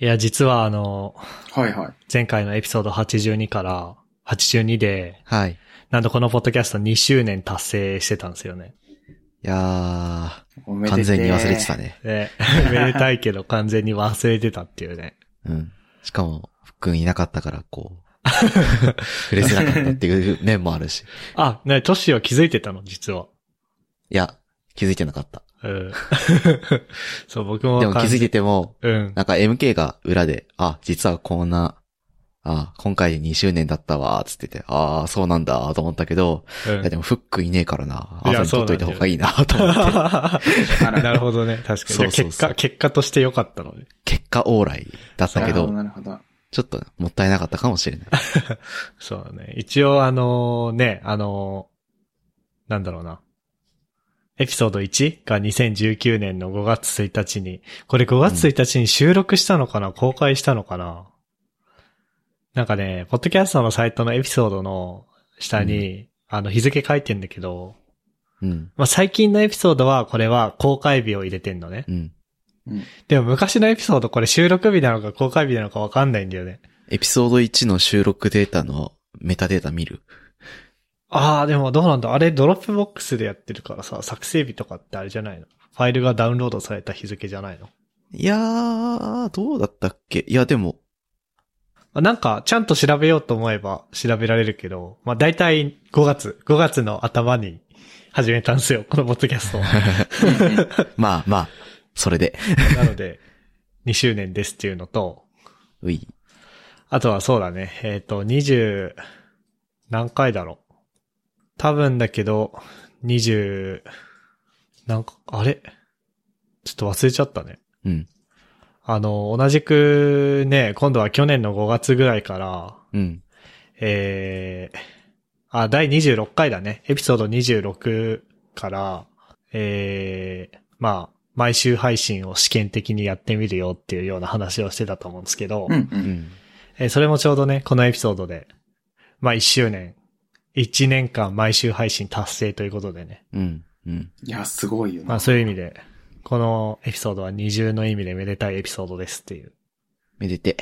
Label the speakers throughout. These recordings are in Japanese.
Speaker 1: いや、実はあの、
Speaker 2: はいはい。
Speaker 1: 前回のエピソード82から82で、
Speaker 3: はい。い
Speaker 1: なんとこのポッドキャスト2周年達成してたんですよね。
Speaker 3: や
Speaker 2: お
Speaker 3: ー、
Speaker 2: めでて
Speaker 3: 完
Speaker 2: ー
Speaker 3: 全に忘れてた。ね。
Speaker 1: で、 めでたいけど完全に忘れてたっていうね。
Speaker 3: うん。しかも、ふっくんいなかったから、こう、触れづらかったっていう面もあるし。
Speaker 1: あ、ね、トッシーは気づいてたの、実は。
Speaker 3: いや、気づいてなかった。
Speaker 1: うん。 そう、僕も
Speaker 3: でも気づいてても、
Speaker 1: うん。
Speaker 3: なんか MK が裏で、あ、実はこんな、あ、今回で2周年だったわ、つってて、ああ、そうなんだ、と思ったけど、
Speaker 1: うん
Speaker 3: いやでもフックいねえからな、
Speaker 1: いや
Speaker 3: 朝に撮っといた方がいいな、と思って。
Speaker 2: あ ら
Speaker 1: なるほどね。確かに。じゃあ
Speaker 3: そうそう
Speaker 1: 結
Speaker 3: そう
Speaker 1: 果、結果として良かったのね。
Speaker 3: 結果往来だった けど、
Speaker 2: なるほど、なる
Speaker 3: ちょっともったいなかったかもしれない。
Speaker 1: そうだね。一応あのね、あのなんだろうな。エピソード1が2019年の5月1日に、これ5月1日に収録したのかな、公開したのかななんかね、ポッドキャストのサイトのエピソードの下に、あの日付書いてんだけど、
Speaker 3: うん。
Speaker 1: まあ、最近のエピソードはこれは公開日を入れてんのね
Speaker 3: う。ん。
Speaker 2: ほど。
Speaker 1: でも昔のエピソードこれ収録日なのか公開日なのかわかんないんだよね。
Speaker 3: エピソード1の収録データのメタデータ見る
Speaker 1: ああ、でもどうなんだ。あれ、ドロップボックスでやってるからさ、作成日とかってあれじゃないのファイルがダウンロードされた日付じゃないの
Speaker 3: いやー、どうだったっけいや、でも、
Speaker 1: あなんか、ちゃんと調べようと思えば調べられるけど、まあ大体5月、5月の頭に始めたんですよ、このポッドキャストを。
Speaker 2: うん。うん
Speaker 3: まあまあ、それで。
Speaker 1: なので、2周年ですっていうのと、
Speaker 3: うい。
Speaker 1: あとはそうだね、えっ、と、20、何回だろう。多分だけど、20、なんか、あれちょっと忘れちゃったね。
Speaker 3: うん。
Speaker 1: あの、同じくね、今度は去年の5月ぐらいから、
Speaker 3: うん。
Speaker 1: えー、あ、第26回だね。エピソード26から、えー、まあ、毎週配信を試験的にやってみるよっていうような話をしてたと思うんですけど、
Speaker 2: うん。う
Speaker 3: うんん。
Speaker 1: えーそれもちょうどね、このエピソードで、まあ1周年、1年間毎週配信達成ということでね、
Speaker 3: うん。うん。
Speaker 2: いや、すごいよ
Speaker 1: ま
Speaker 2: な
Speaker 1: あ。そういう意味で、このエピソードは二重の意味でめでたいエピソードですっていう。
Speaker 3: めでて。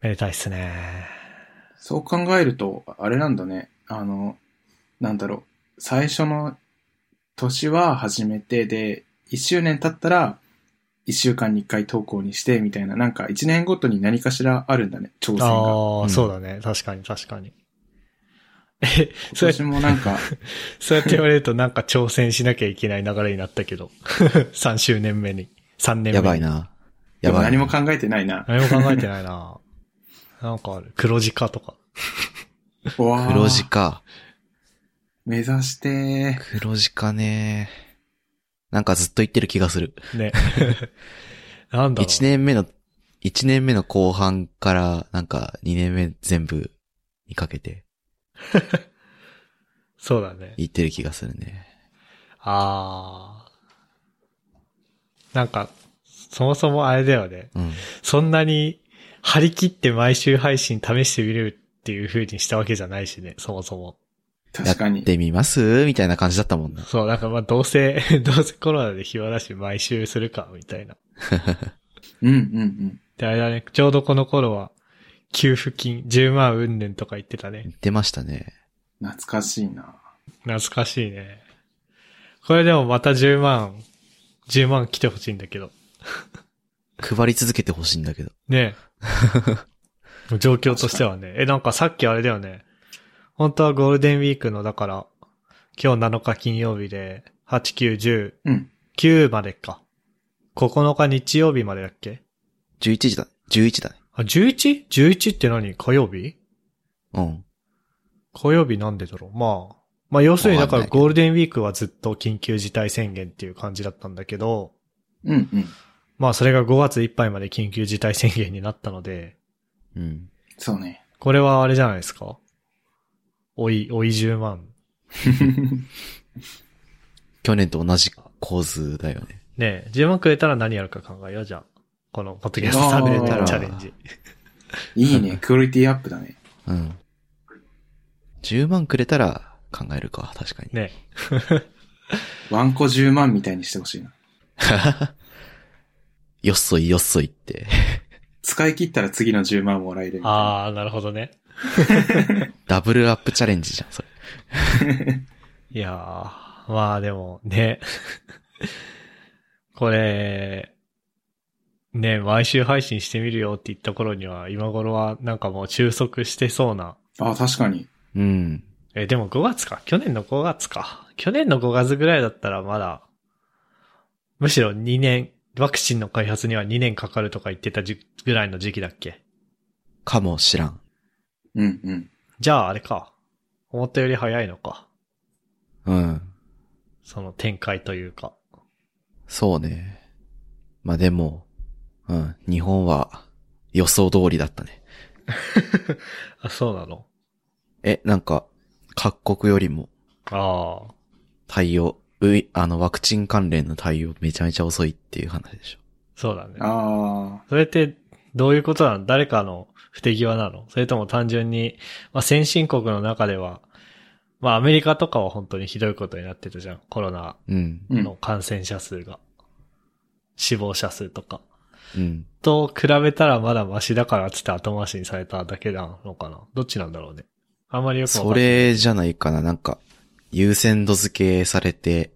Speaker 1: めでたいっすね。
Speaker 2: そう考えると、あれなんだね。あの、なんだろう。最初の年は始めて、で、1周年経ったら、1週間に1回投稿にして、みたいな、なんか1年ごとに何かしらあるんだね、挑戦が。
Speaker 1: ああ、
Speaker 3: うん
Speaker 1: そうだね。確かに、確かに。え、そうや
Speaker 2: 私もなんか、
Speaker 1: そうやって言われるとなんか挑戦しなきゃいけない流れになったけど。3周年目に。3年目に。
Speaker 3: やばい。な。
Speaker 2: で
Speaker 3: や
Speaker 2: も
Speaker 3: ばい。
Speaker 2: 何も考えてないな。
Speaker 1: 何も考えてないな。 なんかある。黒字化とか。
Speaker 2: うわー
Speaker 3: 黒字か。
Speaker 2: 目指して
Speaker 3: 黒字かねなんかずっと言ってる気がする。
Speaker 1: ね。 なんだろう。
Speaker 3: 1年目の、一年目の後半から、なんか2年目全部にかけて
Speaker 1: そうだね。
Speaker 3: 言ってる気がするね。
Speaker 1: ああ。なんか、そもそもあれだよね。
Speaker 3: うん。
Speaker 1: そんなに張り切って毎週配信試してみるっていう風にしたわけじゃないしね、そもそも。
Speaker 3: や
Speaker 2: 確か
Speaker 3: っ
Speaker 2: に。
Speaker 3: てみますみたいな感じだったもんな。
Speaker 1: そう、なんかまあどうせ、 どうせコロナで暇だし毎週するか、みたいな。
Speaker 2: うんうんうん。
Speaker 1: で、あれだね、ちょうどこの頃は、給付金10万うんぬんとか言ってたね
Speaker 3: 言。ってましたね。
Speaker 2: 懐かしいな。
Speaker 1: 懐かしいね。これでもまた10万、10万来てほしいんだけど。
Speaker 3: 配り続けてほしいんだけど。
Speaker 1: ね え。もう状況としてはね。え、なんかさっきあれだよね。本当はゴールデンウィークの、だから、今日7日金曜日で、8、9、
Speaker 2: うん。
Speaker 1: 10、9までか。9日日曜日までだっけ
Speaker 3: 11時だ。11だね。
Speaker 1: あ、11?11 って何火曜日
Speaker 3: うん。
Speaker 1: 火曜日なんでだろうまあ。まあ要するにだか
Speaker 3: わ
Speaker 1: ら
Speaker 3: かんないけど
Speaker 1: ゴールデンウィークはずっと緊急事態宣言っていう感じだったんだけど、
Speaker 2: うんうん。
Speaker 1: まあそれが5月いっぱいまで緊急事態宣言になったので、
Speaker 3: うん。
Speaker 2: そうね。
Speaker 1: これはあれじゃないですかおい、おい10万。
Speaker 3: 去年と同じ構図だよね。
Speaker 1: ねえ、10万くれたら何やるか考えよう、じゃあ。この、ポッドキャストサムネタのチャレンジ。
Speaker 2: いいね。 クオリティアップだね。
Speaker 3: うん。10万くれたら考えるか、確かに。
Speaker 1: ね
Speaker 2: ワンコ10万みたいにしてほしいな。
Speaker 3: よっそいよっそいって。
Speaker 2: 使い切ったら次の10万もらえるみたいな。
Speaker 1: ああ、なるほどね。
Speaker 3: ダブルアップチャレンジじゃん、それ。
Speaker 1: いやー、まあでもね、 これ、ね、毎週配信してみるよって言った頃には、今頃はなんかもう収束してそうな。
Speaker 2: ああ、確かに。
Speaker 3: うん。
Speaker 1: え、でも5月か。去年の5月か。去年の5月ぐらいだったらまだ、むしろ2年、ワクチンの開発には2年かかるとか言ってたじぐらいの時期だっけ。
Speaker 3: かもしらん。
Speaker 2: うんうん。
Speaker 1: じゃああれか。思ったより早いのか。
Speaker 3: うん。
Speaker 1: その展開というか。
Speaker 3: そうね。まあでも、うん、日本は予想通りだったね。
Speaker 1: あ、そうなの
Speaker 3: え、なんか、各国よりも
Speaker 1: ああ。
Speaker 3: 対応、うい、あの、ワクチン関連の対応めちゃめちゃ遅いっていう話でしょ。
Speaker 1: そうだね。
Speaker 2: あ
Speaker 1: それって、どういうことなの誰かの不手際なのそれとも単純に、まあ、先進国の中では、まあ、アメリカとかは本当にひどいことになってたじゃん。コロナ
Speaker 3: うん
Speaker 2: あ、、うん。
Speaker 1: の感染者数が。死亡者数とか。
Speaker 3: うん。
Speaker 1: と比べたらまだマシだからっつって後回しにされただけなのかなどっちなんだろうね。あんまりよくわかん
Speaker 3: そ
Speaker 1: ない。
Speaker 3: れじゃないかな、なんか、優先度付けされて、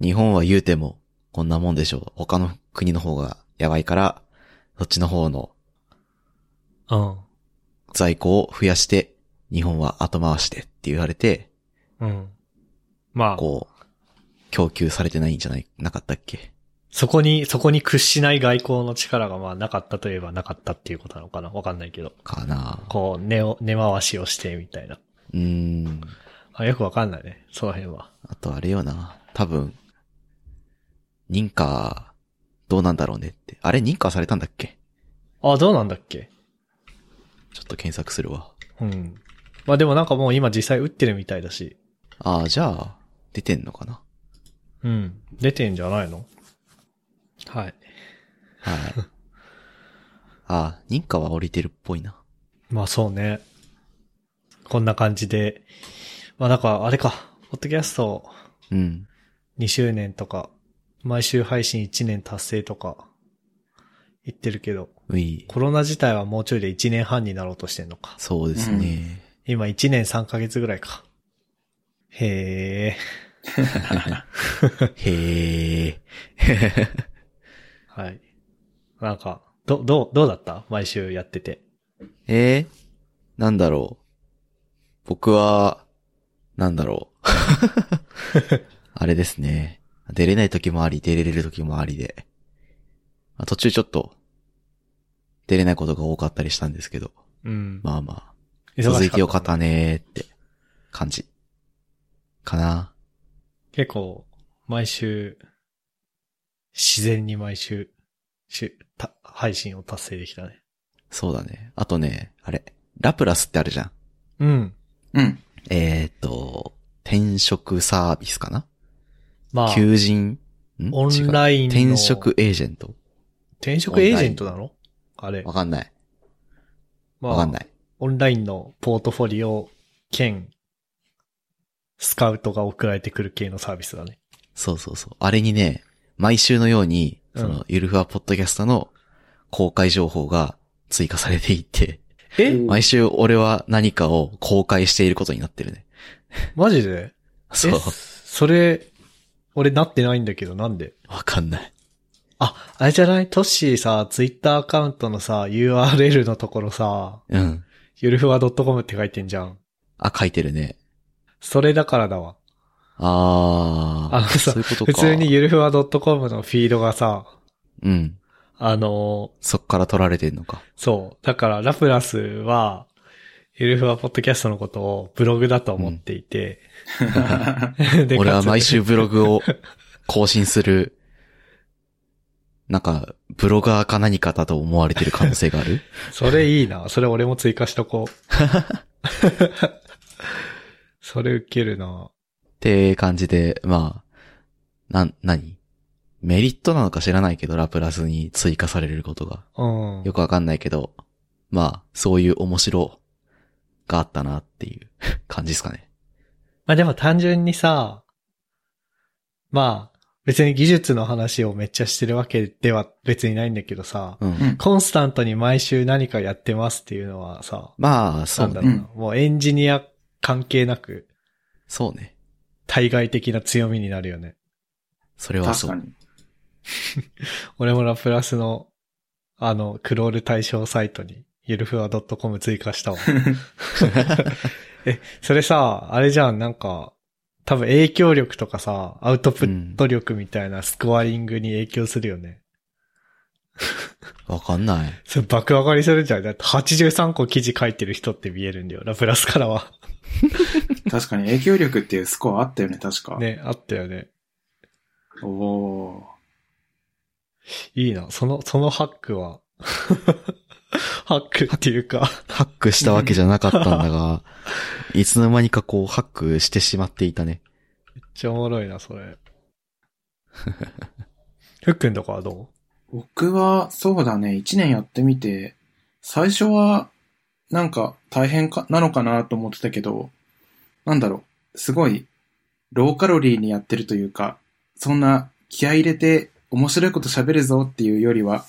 Speaker 3: 日本は言うても、こんなもんでしょう。他の国の方がやばいから、そっちの方の在庫を増やして、日本は後回してって言われて、
Speaker 1: うん。うん。まあ、
Speaker 3: こう、供給されてないんじゃない、なかったっけ
Speaker 1: そこに、そこに屈しない外交の力がまあなかったといえばなかったっていうことなのかなわかんないけど。
Speaker 3: かな
Speaker 1: こう、根を、根回しをしてみたいな。
Speaker 3: うーん。
Speaker 1: あよくわかんないね。その辺は。
Speaker 3: あとあれよな。多分、認可、どうなんだろうねって。あれ認可されたんだっけ
Speaker 1: あ、どうなんだっけ
Speaker 3: ちょっと検索するわ。
Speaker 1: うん。まあでもなんかもう今実際打ってるみたいだし。
Speaker 3: ああ、じゃあ、出てんのかな
Speaker 1: うん。出てんじゃないのはい。
Speaker 3: はい。 ああ、認可は降りてるっぽいな。
Speaker 1: まあそうね。こんな感じで。まあなんかあれか。ポッドキャスト
Speaker 3: うん。
Speaker 1: 2周年とか、毎週配信1年達成とか、言ってるけど、
Speaker 3: うい。
Speaker 1: コロナ自体はもうちょいで1年半になろうとしてんのか。
Speaker 3: そうですね。
Speaker 1: 今1年3ヶ月ぐらいか。へえ。
Speaker 3: へえ。
Speaker 1: はい。なんか、ど、どう、どうだった毎週やってて。
Speaker 3: えー、なんだろう。僕は、なんだろう。 あれですね。出れない時もあり、出れれる時もありで。まあ途中ちょっと、出れないことが多かったりしたんですけど。
Speaker 1: うん。
Speaker 3: まあまあ、
Speaker 1: 忙しかった
Speaker 3: 続いてよかったねーって感じ。かな。
Speaker 1: 結構、毎週、自然に毎週、しゅ、た配信を達成できたね。
Speaker 3: そうだね。あとね、あれ、ラプラスってあるじゃん。
Speaker 1: うん。
Speaker 2: うん。
Speaker 3: えーっと、転職サービスかな
Speaker 1: まあ、
Speaker 3: 求人ん
Speaker 1: オン
Speaker 3: 違う
Speaker 1: ラインの。
Speaker 3: 転職。エージェント
Speaker 1: 転職エージェントなのあれ。
Speaker 3: わかんない。
Speaker 1: まあ
Speaker 3: わかんない。
Speaker 1: オンラインのポートフォリオ兼、スカウトが送られてくる系のサービスだね。
Speaker 3: そうそうそう。あれにね、毎週のように、
Speaker 1: うん
Speaker 3: その、ゆるふわポッドキャストの公開情報が追加されていって、
Speaker 1: え
Speaker 2: うん
Speaker 3: 毎週俺は何かを公開していることになってるね。
Speaker 1: マジで
Speaker 3: そ
Speaker 1: え
Speaker 3: う。
Speaker 1: それ、俺なってないんだけど、なんで
Speaker 3: わかんない。
Speaker 1: あ、あれじゃないトッシーさ、ツイッターアカウントのさ、URL のところさ、
Speaker 3: うん。
Speaker 1: ゆるふわ .com って書いてんじゃん。
Speaker 3: あ、書いてるね。
Speaker 1: それだからだわ。
Speaker 3: あー。
Speaker 1: あのさ
Speaker 3: そういうことか。
Speaker 1: 普通にゆるふわ .com のフィードがさ、
Speaker 3: うん。
Speaker 1: あの
Speaker 3: そっから取られてんのか
Speaker 1: ー。そう。だから、ラプラスは、ゆるふわポッドキャストのことをブログだと思っていて。 で
Speaker 3: 俺は毎。
Speaker 1: か
Speaker 3: 週ブログを更新する、なんか、ブロガーか何かだと思われてる可能性がある
Speaker 1: つ それいいな。それ俺も追加しとこう。 それウケるな。
Speaker 3: って感じで、まあ、なん、何メリットなのか知らないけど、ラプラスに追加されることが。
Speaker 1: うん。
Speaker 3: よくわかんないけど、まあ、そういう面白があったなっていう感じですかね。
Speaker 1: まあでも単純にさ、まあ、別に技術の話をめっちゃしてるわけでは別にないんだけどさ、
Speaker 3: うん。
Speaker 2: うん
Speaker 1: コンスタントに毎週何かやってますっていうのはさ、
Speaker 3: まあ、そ
Speaker 1: な
Speaker 3: うん
Speaker 1: だ
Speaker 3: ね
Speaker 1: ろ。うな、もうエンジニア関係なく、
Speaker 3: そうね。
Speaker 1: 対外的な強みになるよね。
Speaker 3: それは
Speaker 2: 確
Speaker 3: そ
Speaker 2: か
Speaker 3: う。
Speaker 2: に。
Speaker 1: 俺もラプラスの、あの、クロール対象サイトに、ゆるふわ .com 追加したわ。え、それさ、あれじゃん、なんか、多分影響力とかさ、アウトプット力みたいなスコアリングに影響するよね。
Speaker 3: わかんない。
Speaker 1: それ爆上がりするんじゃないだって83個記事書いてる人って見えるんだよ、ラプラスからは。
Speaker 2: 確かに影響力っていうスコアあったよね、確か。
Speaker 1: ね、あったよね。
Speaker 2: おお
Speaker 1: いいな、その、そのハックは。 ハックっていうか、
Speaker 3: ハックしたわけじゃなかったん だが、いつの間にかこう、ハックしてしまっていたね。
Speaker 1: めっちゃおもろいな、そ れ。ふっくんとかはど
Speaker 2: ー。僕は、そうだね、一年やってみて、最初は、なんか大変か、なのかなと思ってたけど、なんだろう、すごい、ローカロリーにやってるというか、そんな気合い入れて面白いこと喋るぞっていうよりは、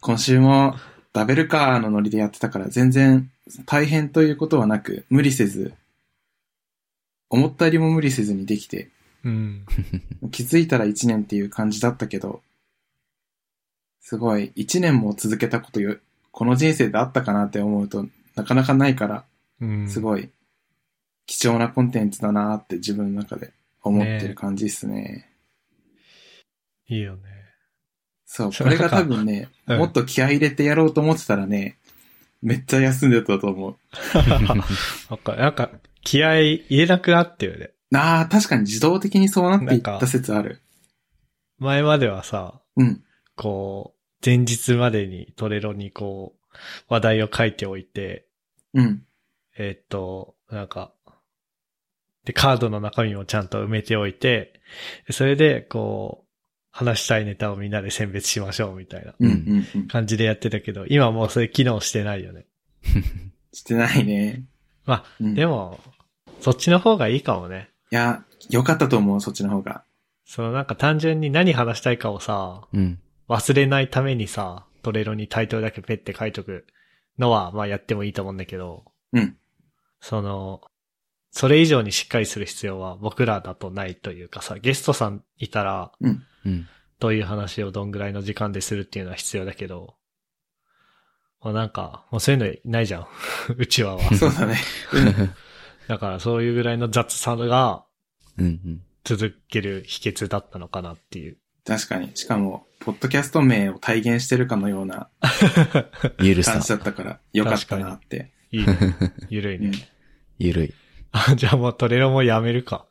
Speaker 2: 今週もダベルカーのノリでやってたから全然大変ということはなく、無理せず、思ったよりも無理せずにできて、
Speaker 1: ううん。
Speaker 2: 気づいたら1年っていう感じだったけど、すごい、1年も続けたことよ、この人生であったかなって思うと、なかなかないから、
Speaker 1: うん。
Speaker 2: す
Speaker 1: い。
Speaker 2: ごい、貴重なコンテンツだなーって自分の中で思って
Speaker 1: ね
Speaker 2: る感じですね。
Speaker 1: いいよね。
Speaker 2: そう、
Speaker 1: そ
Speaker 2: こ
Speaker 1: う
Speaker 2: れが多分ね、
Speaker 1: うん
Speaker 2: もっと気合い入れてやろうと思ってたらね、めっちゃ休んでたと思う。
Speaker 1: なんか、なんか、気合い入れなくなってるね。
Speaker 2: ああ、確かに自動的にそうなっていっ
Speaker 1: なん
Speaker 2: た
Speaker 1: か
Speaker 2: 説ある。
Speaker 1: 前まではさ、
Speaker 2: うん。
Speaker 1: こう、前日までにトレロにこう、話題を書いておいて、
Speaker 2: うん。
Speaker 1: えーっと、なんか、で、カードの中身もちゃんと埋めておいて、それで、こう、話したいネタをみんなで選別しましょうみたいな
Speaker 2: うん。うん。うん。
Speaker 1: 感じでやってたけど、今もうそれ機能してないよね。
Speaker 2: してないね。
Speaker 1: まあ、
Speaker 2: うん、
Speaker 1: で
Speaker 2: い
Speaker 1: も、そっちの方がいいかもね。
Speaker 2: や、良かったと思う、そっちの 方が。
Speaker 1: そのなんか単純に何話したいかをさ、
Speaker 3: うん。
Speaker 1: 忘れないためにさ、トレロにタイトルだけペッて書いとくのは、まあやってもいいと思うんだけど、
Speaker 2: うん。
Speaker 1: その、それ以上にしっかりする必要は僕らだとないというかさ、ゲストさんいたら、
Speaker 3: うん。
Speaker 1: どういう話をどんぐらいの時間でするっていうのは必要だけど、もうなんか、もうそういうのないじゃん。 うちわは。
Speaker 2: そうだね。
Speaker 1: だからそういうぐらいの雑さが
Speaker 3: うん。うん。
Speaker 1: 続ける秘訣だったのかなって いう。
Speaker 2: 確かに。しかも、ポッドキャスト名を体現してるかのような
Speaker 3: ゆる
Speaker 2: 感
Speaker 3: さ
Speaker 2: じ。だったから、良かったなって。
Speaker 1: いいね。ゆるいね。
Speaker 3: ゆるい。
Speaker 1: あ、じゃあもうトレロもやめる か。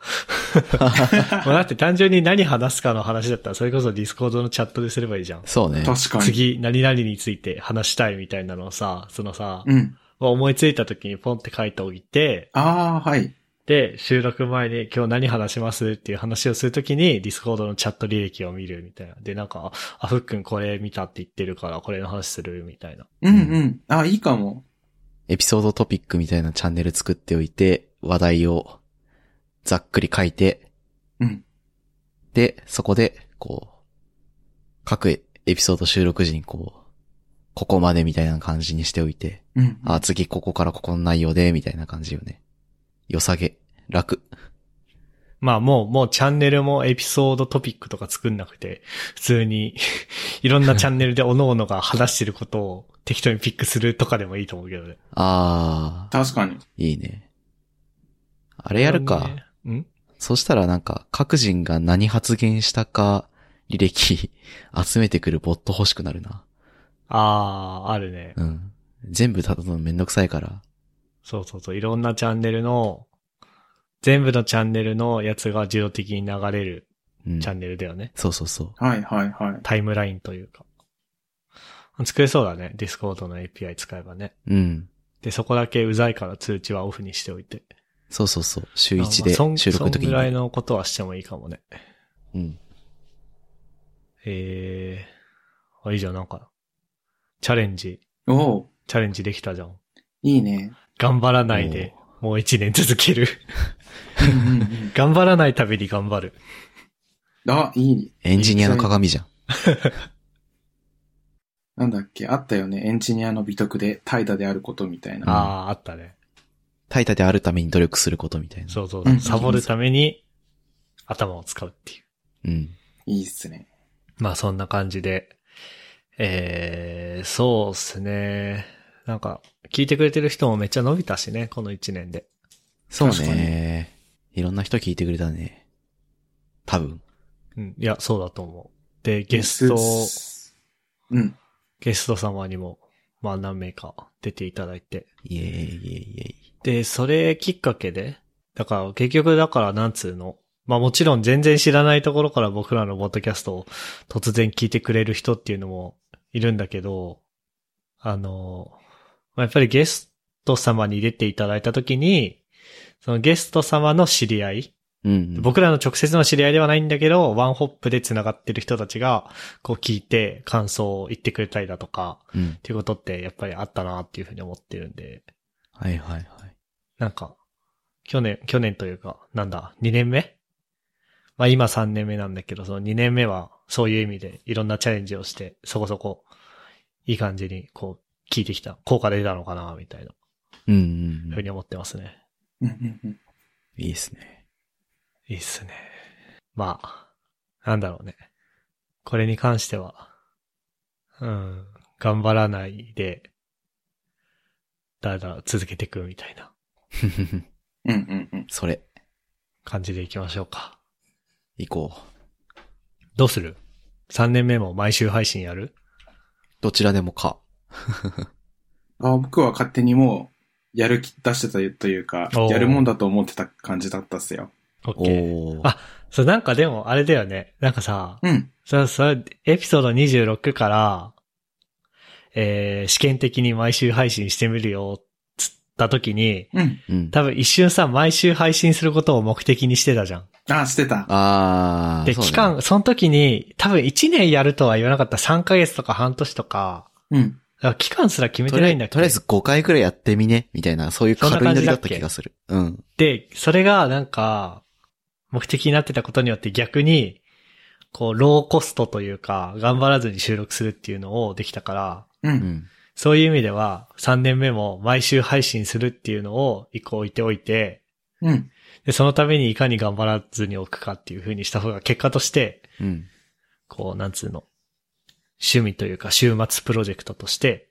Speaker 1: もうだって単純に何話すかの話だったら、それこそディスコードのチャットですればいいじゃん。
Speaker 3: そう
Speaker 2: う
Speaker 3: ね
Speaker 2: ん。確かに。
Speaker 1: 次、何々について話したいみたいなのをさ、そのさ、
Speaker 2: うん。
Speaker 1: 思いついた時にポンって書いておいて、
Speaker 2: ああ、はい。
Speaker 1: で、収録前に今日何話しますっていう話をするときに、ディスコードのチャット履歴を見るみたいな。で、なんか、あ、ふっくんこれ見たって言ってるから、これの話するみたいな。
Speaker 2: うんうん。ああ、いいかも。
Speaker 3: エピソードトピックみたいなチャンネル作っておいて、話題をざっくり書いて、
Speaker 2: うん。
Speaker 3: で、そこで、こう、各エピソード収録時にこう、ここまでみたいな感じにしておいて、
Speaker 2: うん。
Speaker 3: あ、次ここからここの内容で、みたいな感じよね。良さげ。楽。
Speaker 1: まあもう、もうチャンネルもエピソードトピックとか作んなくて、普通に、 いろんなチャンネルで各々が話してることを適当にピックするとかでもいいと思うけどね。
Speaker 3: あー、
Speaker 2: 確かに。
Speaker 3: いいね。あれやるか。
Speaker 1: ね。ん
Speaker 3: そしたらなんか、各人が何発言したか、履歴、集めてくるボット欲しくなるな。
Speaker 1: ああ、あるね。
Speaker 3: うん。全部ただのめんどくさいから。
Speaker 1: そうそうそう。いろんなチャンネルの、全部のチャンネルのやつが自動的に流れる
Speaker 3: うん。
Speaker 1: チャンネルだよね。
Speaker 3: そうそうそう。
Speaker 2: はいはいはい。
Speaker 1: タイムラインというか。作れそうだね。ディスコードの API 使えばね。
Speaker 3: うん。
Speaker 1: で、そこだけうざいから通知はオフにしておいて。
Speaker 3: そうそうそう。週一
Speaker 1: あまあ
Speaker 3: で
Speaker 1: そん
Speaker 3: 収録の時
Speaker 1: そんぐらい
Speaker 3: に。
Speaker 1: のことはしてもいいかもね。
Speaker 3: うん。
Speaker 1: ええー。あ、いいじゃん、なんか。チャレンジ、
Speaker 2: おお
Speaker 1: チャレンジできたじゃん。
Speaker 2: いいね。
Speaker 1: 頑張らないで、もう一年続ける。
Speaker 2: うんうんうん
Speaker 1: 頑張らないたびに頑張る。
Speaker 2: あ、いい。
Speaker 3: エンジニアの鏡じゃん。
Speaker 2: なんだっけ、あったよね。エンジニアの美徳で怠惰であることみたいな。
Speaker 1: ああ、あったね。
Speaker 3: タイタであるために努力することみたいな。
Speaker 1: そうそう
Speaker 2: うん
Speaker 1: サボるために頭を使うっていう。
Speaker 3: うん。
Speaker 2: いいっすね。
Speaker 1: まあそんな感じで。えー、そうっすね。なんか、聞いてくれてる人もめっちゃ伸びたしね、この一年で。
Speaker 3: そう
Speaker 2: 確か
Speaker 3: ね。いろんな人聞いてくれたね。多分。
Speaker 1: うん、いや、そうだと思う。で、ゲスト、
Speaker 2: すうん。
Speaker 1: ゲスト様にも、まあ何名か出ていただいて。
Speaker 3: いえいえいえい
Speaker 1: で、それきっかけで、だから結局だからなんつうの、まあもちろん全然知らないところから僕らのボッドキャストを突然聞いてくれる人っていうのもいるんだけど、あの、まあやっぱりゲスト様に出ていただいたときに、そのゲスト様の知り合い、
Speaker 3: えいえ。うん。
Speaker 1: 僕らの直接の知り合いではないんだけど、ワンホップで繋がってる人たちが、こう聞いて感想を言ってくれたりだとか、
Speaker 3: うん
Speaker 1: っ。ていうことってやっぱりあったなっていうふうに思ってるんで、
Speaker 3: はいはいはい。
Speaker 1: なんか、去年、去年というか、なんだ、2年目まあ今3年目なんだけど、その2年目はそういう意味でいろんなチャレンジをして、そこそこいい感じにこう聞いてきた、効果出たのかな、みたいな
Speaker 3: うんうん
Speaker 1: ふ
Speaker 3: う。
Speaker 1: うんに思ってますね。
Speaker 2: うんうんうん。
Speaker 3: いいですね。
Speaker 1: いいっすね。まあ、なんだろうね。これに関しては、うん、頑張らないで、だらだら続けていくみたいな
Speaker 2: うんうんうん。
Speaker 3: それ、
Speaker 1: 感じでいきましょうか。
Speaker 3: 行こう。
Speaker 1: どうする ?3 年目も毎週配信やる
Speaker 3: どちらでもか。
Speaker 2: あ僕は勝手にもう、やる気出してたというか
Speaker 1: お、ー
Speaker 2: やるもんだと思ってた感じだったっすよ。
Speaker 1: ?OK。
Speaker 3: おー
Speaker 1: あそう、なんかでもあれだよね。なんかさ、
Speaker 2: うん。
Speaker 1: そうそう、エピソード26から、えー、試験的に毎週配信してみるよ、つった時に、
Speaker 2: うん。
Speaker 3: うん。
Speaker 1: 多分一瞬さ、毎週配信することを目的にしてたじゃん。
Speaker 2: あ、してた。
Speaker 3: あー。
Speaker 1: で、
Speaker 3: そうね
Speaker 1: 期間、その時に、多分1年やるとは言わなかった。3ヶ月とか半年とか、
Speaker 2: うん。
Speaker 1: だから期間すら決め
Speaker 3: と
Speaker 1: て
Speaker 3: りあ
Speaker 1: な
Speaker 3: え
Speaker 1: いんだっ
Speaker 3: ず
Speaker 1: け
Speaker 3: とりあえず5回くらいやってみね、みたいな、そういう軽いノリだった気がする。うん。
Speaker 1: で、それがなんか、目的になってたことによって逆に、こう、ローコストというか、頑張らずに収録するっていうのをできたから、
Speaker 2: う。
Speaker 3: うんん。
Speaker 1: そういう意味では、3年目も毎週配信するっていうのを一個置いておいて、
Speaker 2: うん。
Speaker 1: で、そのためにいかに頑張らずに置くかっていう風にした方が、結果として、
Speaker 3: うん。
Speaker 1: こう、なんつうの、趣味というか、週末プロジェクトとして、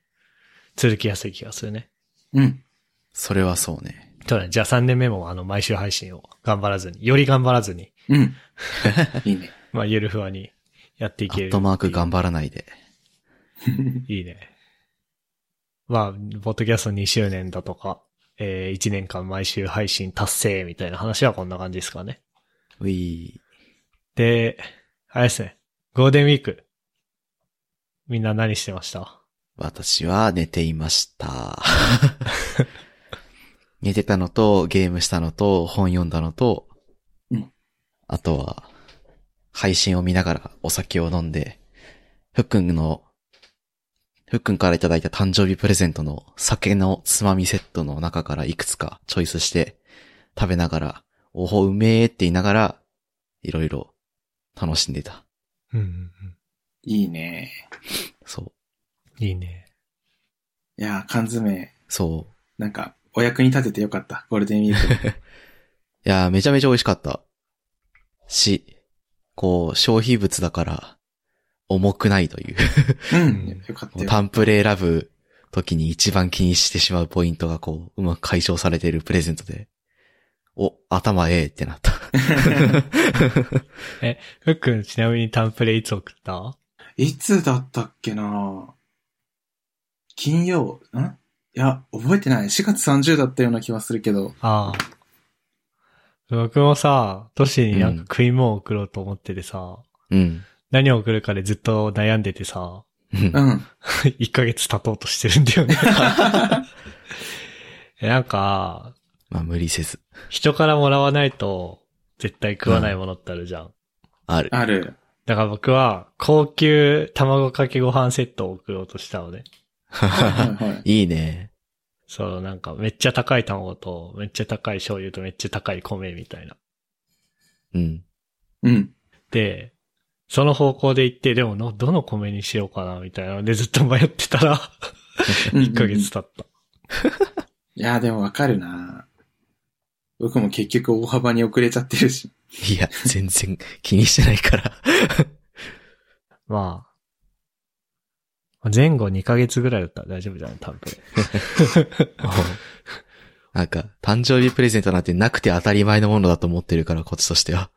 Speaker 1: 続きやすい気がするね。
Speaker 2: うん。
Speaker 3: それはそうね。
Speaker 1: そうだね。じゃあ3年目も、あの、毎週配信を頑張らずに、より頑張らずに、
Speaker 2: うん。いいね。
Speaker 1: まあ、ゆるふわにやってい
Speaker 3: ア
Speaker 1: ける。
Speaker 3: ットマーク頑張らないで。
Speaker 1: いいね。まあ、ポッドキャスト2周年だとか、えー、1年間毎週配信達成みたいな話はこんな感じですかね。
Speaker 3: うい
Speaker 1: で、あれですね。ゴールデンウィーク。みんな何してました
Speaker 3: 私は寝ていま した。寝てたのと、ゲームしたのと、本読んだのと、
Speaker 2: うん
Speaker 3: あとは、配信を見ながらお酒を飲んで、ふっくんの、ふっくんからいただいた誕生日プレゼントの酒のつまみセットの中からいくつかチョイスして、食べながら、おほうめえって言いながら、いろいろ楽しんでた。
Speaker 1: うんうん
Speaker 2: いいね。
Speaker 3: そう。
Speaker 1: うん。いいね。
Speaker 2: いやー、缶詰、
Speaker 3: そう。
Speaker 2: なんか、お役に立ててよかった。ゴールデンウィー ク。
Speaker 3: いやー、めちゃめちゃ美味しかった。し、こう、消費物だから、重くないという。
Speaker 2: うん。よかった よ。
Speaker 3: タンプレ選ぶ時に一番気にしてしまうポイントがこう、うまく解消されているプレゼントで、お、頭ええって なった。
Speaker 1: ふっくん、ちなみにタンプレいつ送った
Speaker 2: いつだったっけな金曜、んいや、覚えてない。4月30だったような気はするけど。
Speaker 1: ああ。僕もさ、都市になんか食い物を送ろうと思っててさ、
Speaker 3: うん。
Speaker 1: 何を送るかでずっと悩んでてさ、
Speaker 3: うん
Speaker 2: うん。
Speaker 1: 1ヶ月経とうとしてるんだよね。 えなんか、
Speaker 3: まあ、無理せず。
Speaker 1: 人からもらわないと絶対食わないものってあるじゃん。
Speaker 3: ある。
Speaker 2: ある。
Speaker 1: だから僕は高級卵かけご飯セットを送ろうとしたのね。
Speaker 2: はいはい。
Speaker 3: いいね。
Speaker 1: そう、なんかめっちゃ高い卵とめっちゃ高い醤油とめっちゃ高い米みたいな。
Speaker 3: うん。
Speaker 2: う
Speaker 1: っ
Speaker 2: ん。
Speaker 1: て、その方向で行って、でもの、どの米にしようかな、みたいなのでずっと迷ってたら、
Speaker 2: うんうんうん
Speaker 1: 1ヶ月経った。
Speaker 2: いや、でもわかるな僕も結局大幅に遅れちゃってるし。
Speaker 3: いや、全然気にしてないから。
Speaker 1: まあ、前後2ヶ月ぐらいだったら大丈夫じゃない多分。
Speaker 3: なんか、誕生日プレゼントなんてなくて当たり前のものだと思ってるから、こっちとしては。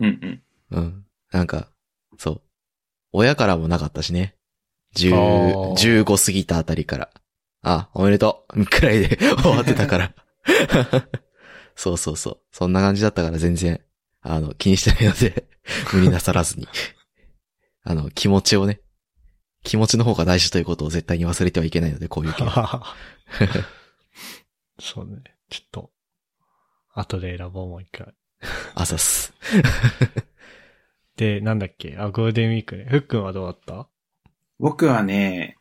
Speaker 2: うんうん。
Speaker 3: うん。なんか、そう。親からもなかったしね。十、
Speaker 1: あー
Speaker 3: 15過ぎたあたりから。あ、おめでとうくらいで 終わってたから。そうそうそう。そんな感じだったから全然、あの、気にしてないので、 無理なさらずに。 あの、気持ちをね、気持ちの方が大事ということを絶対に忘れてはいけないので、こういう件は。
Speaker 1: そうね。ちょっと、後で選ぼう、もう一回。
Speaker 3: あざっす。
Speaker 1: で、なんだっけあ、ゴールデンウィークね。ふっくんはどうだった
Speaker 2: 僕はね、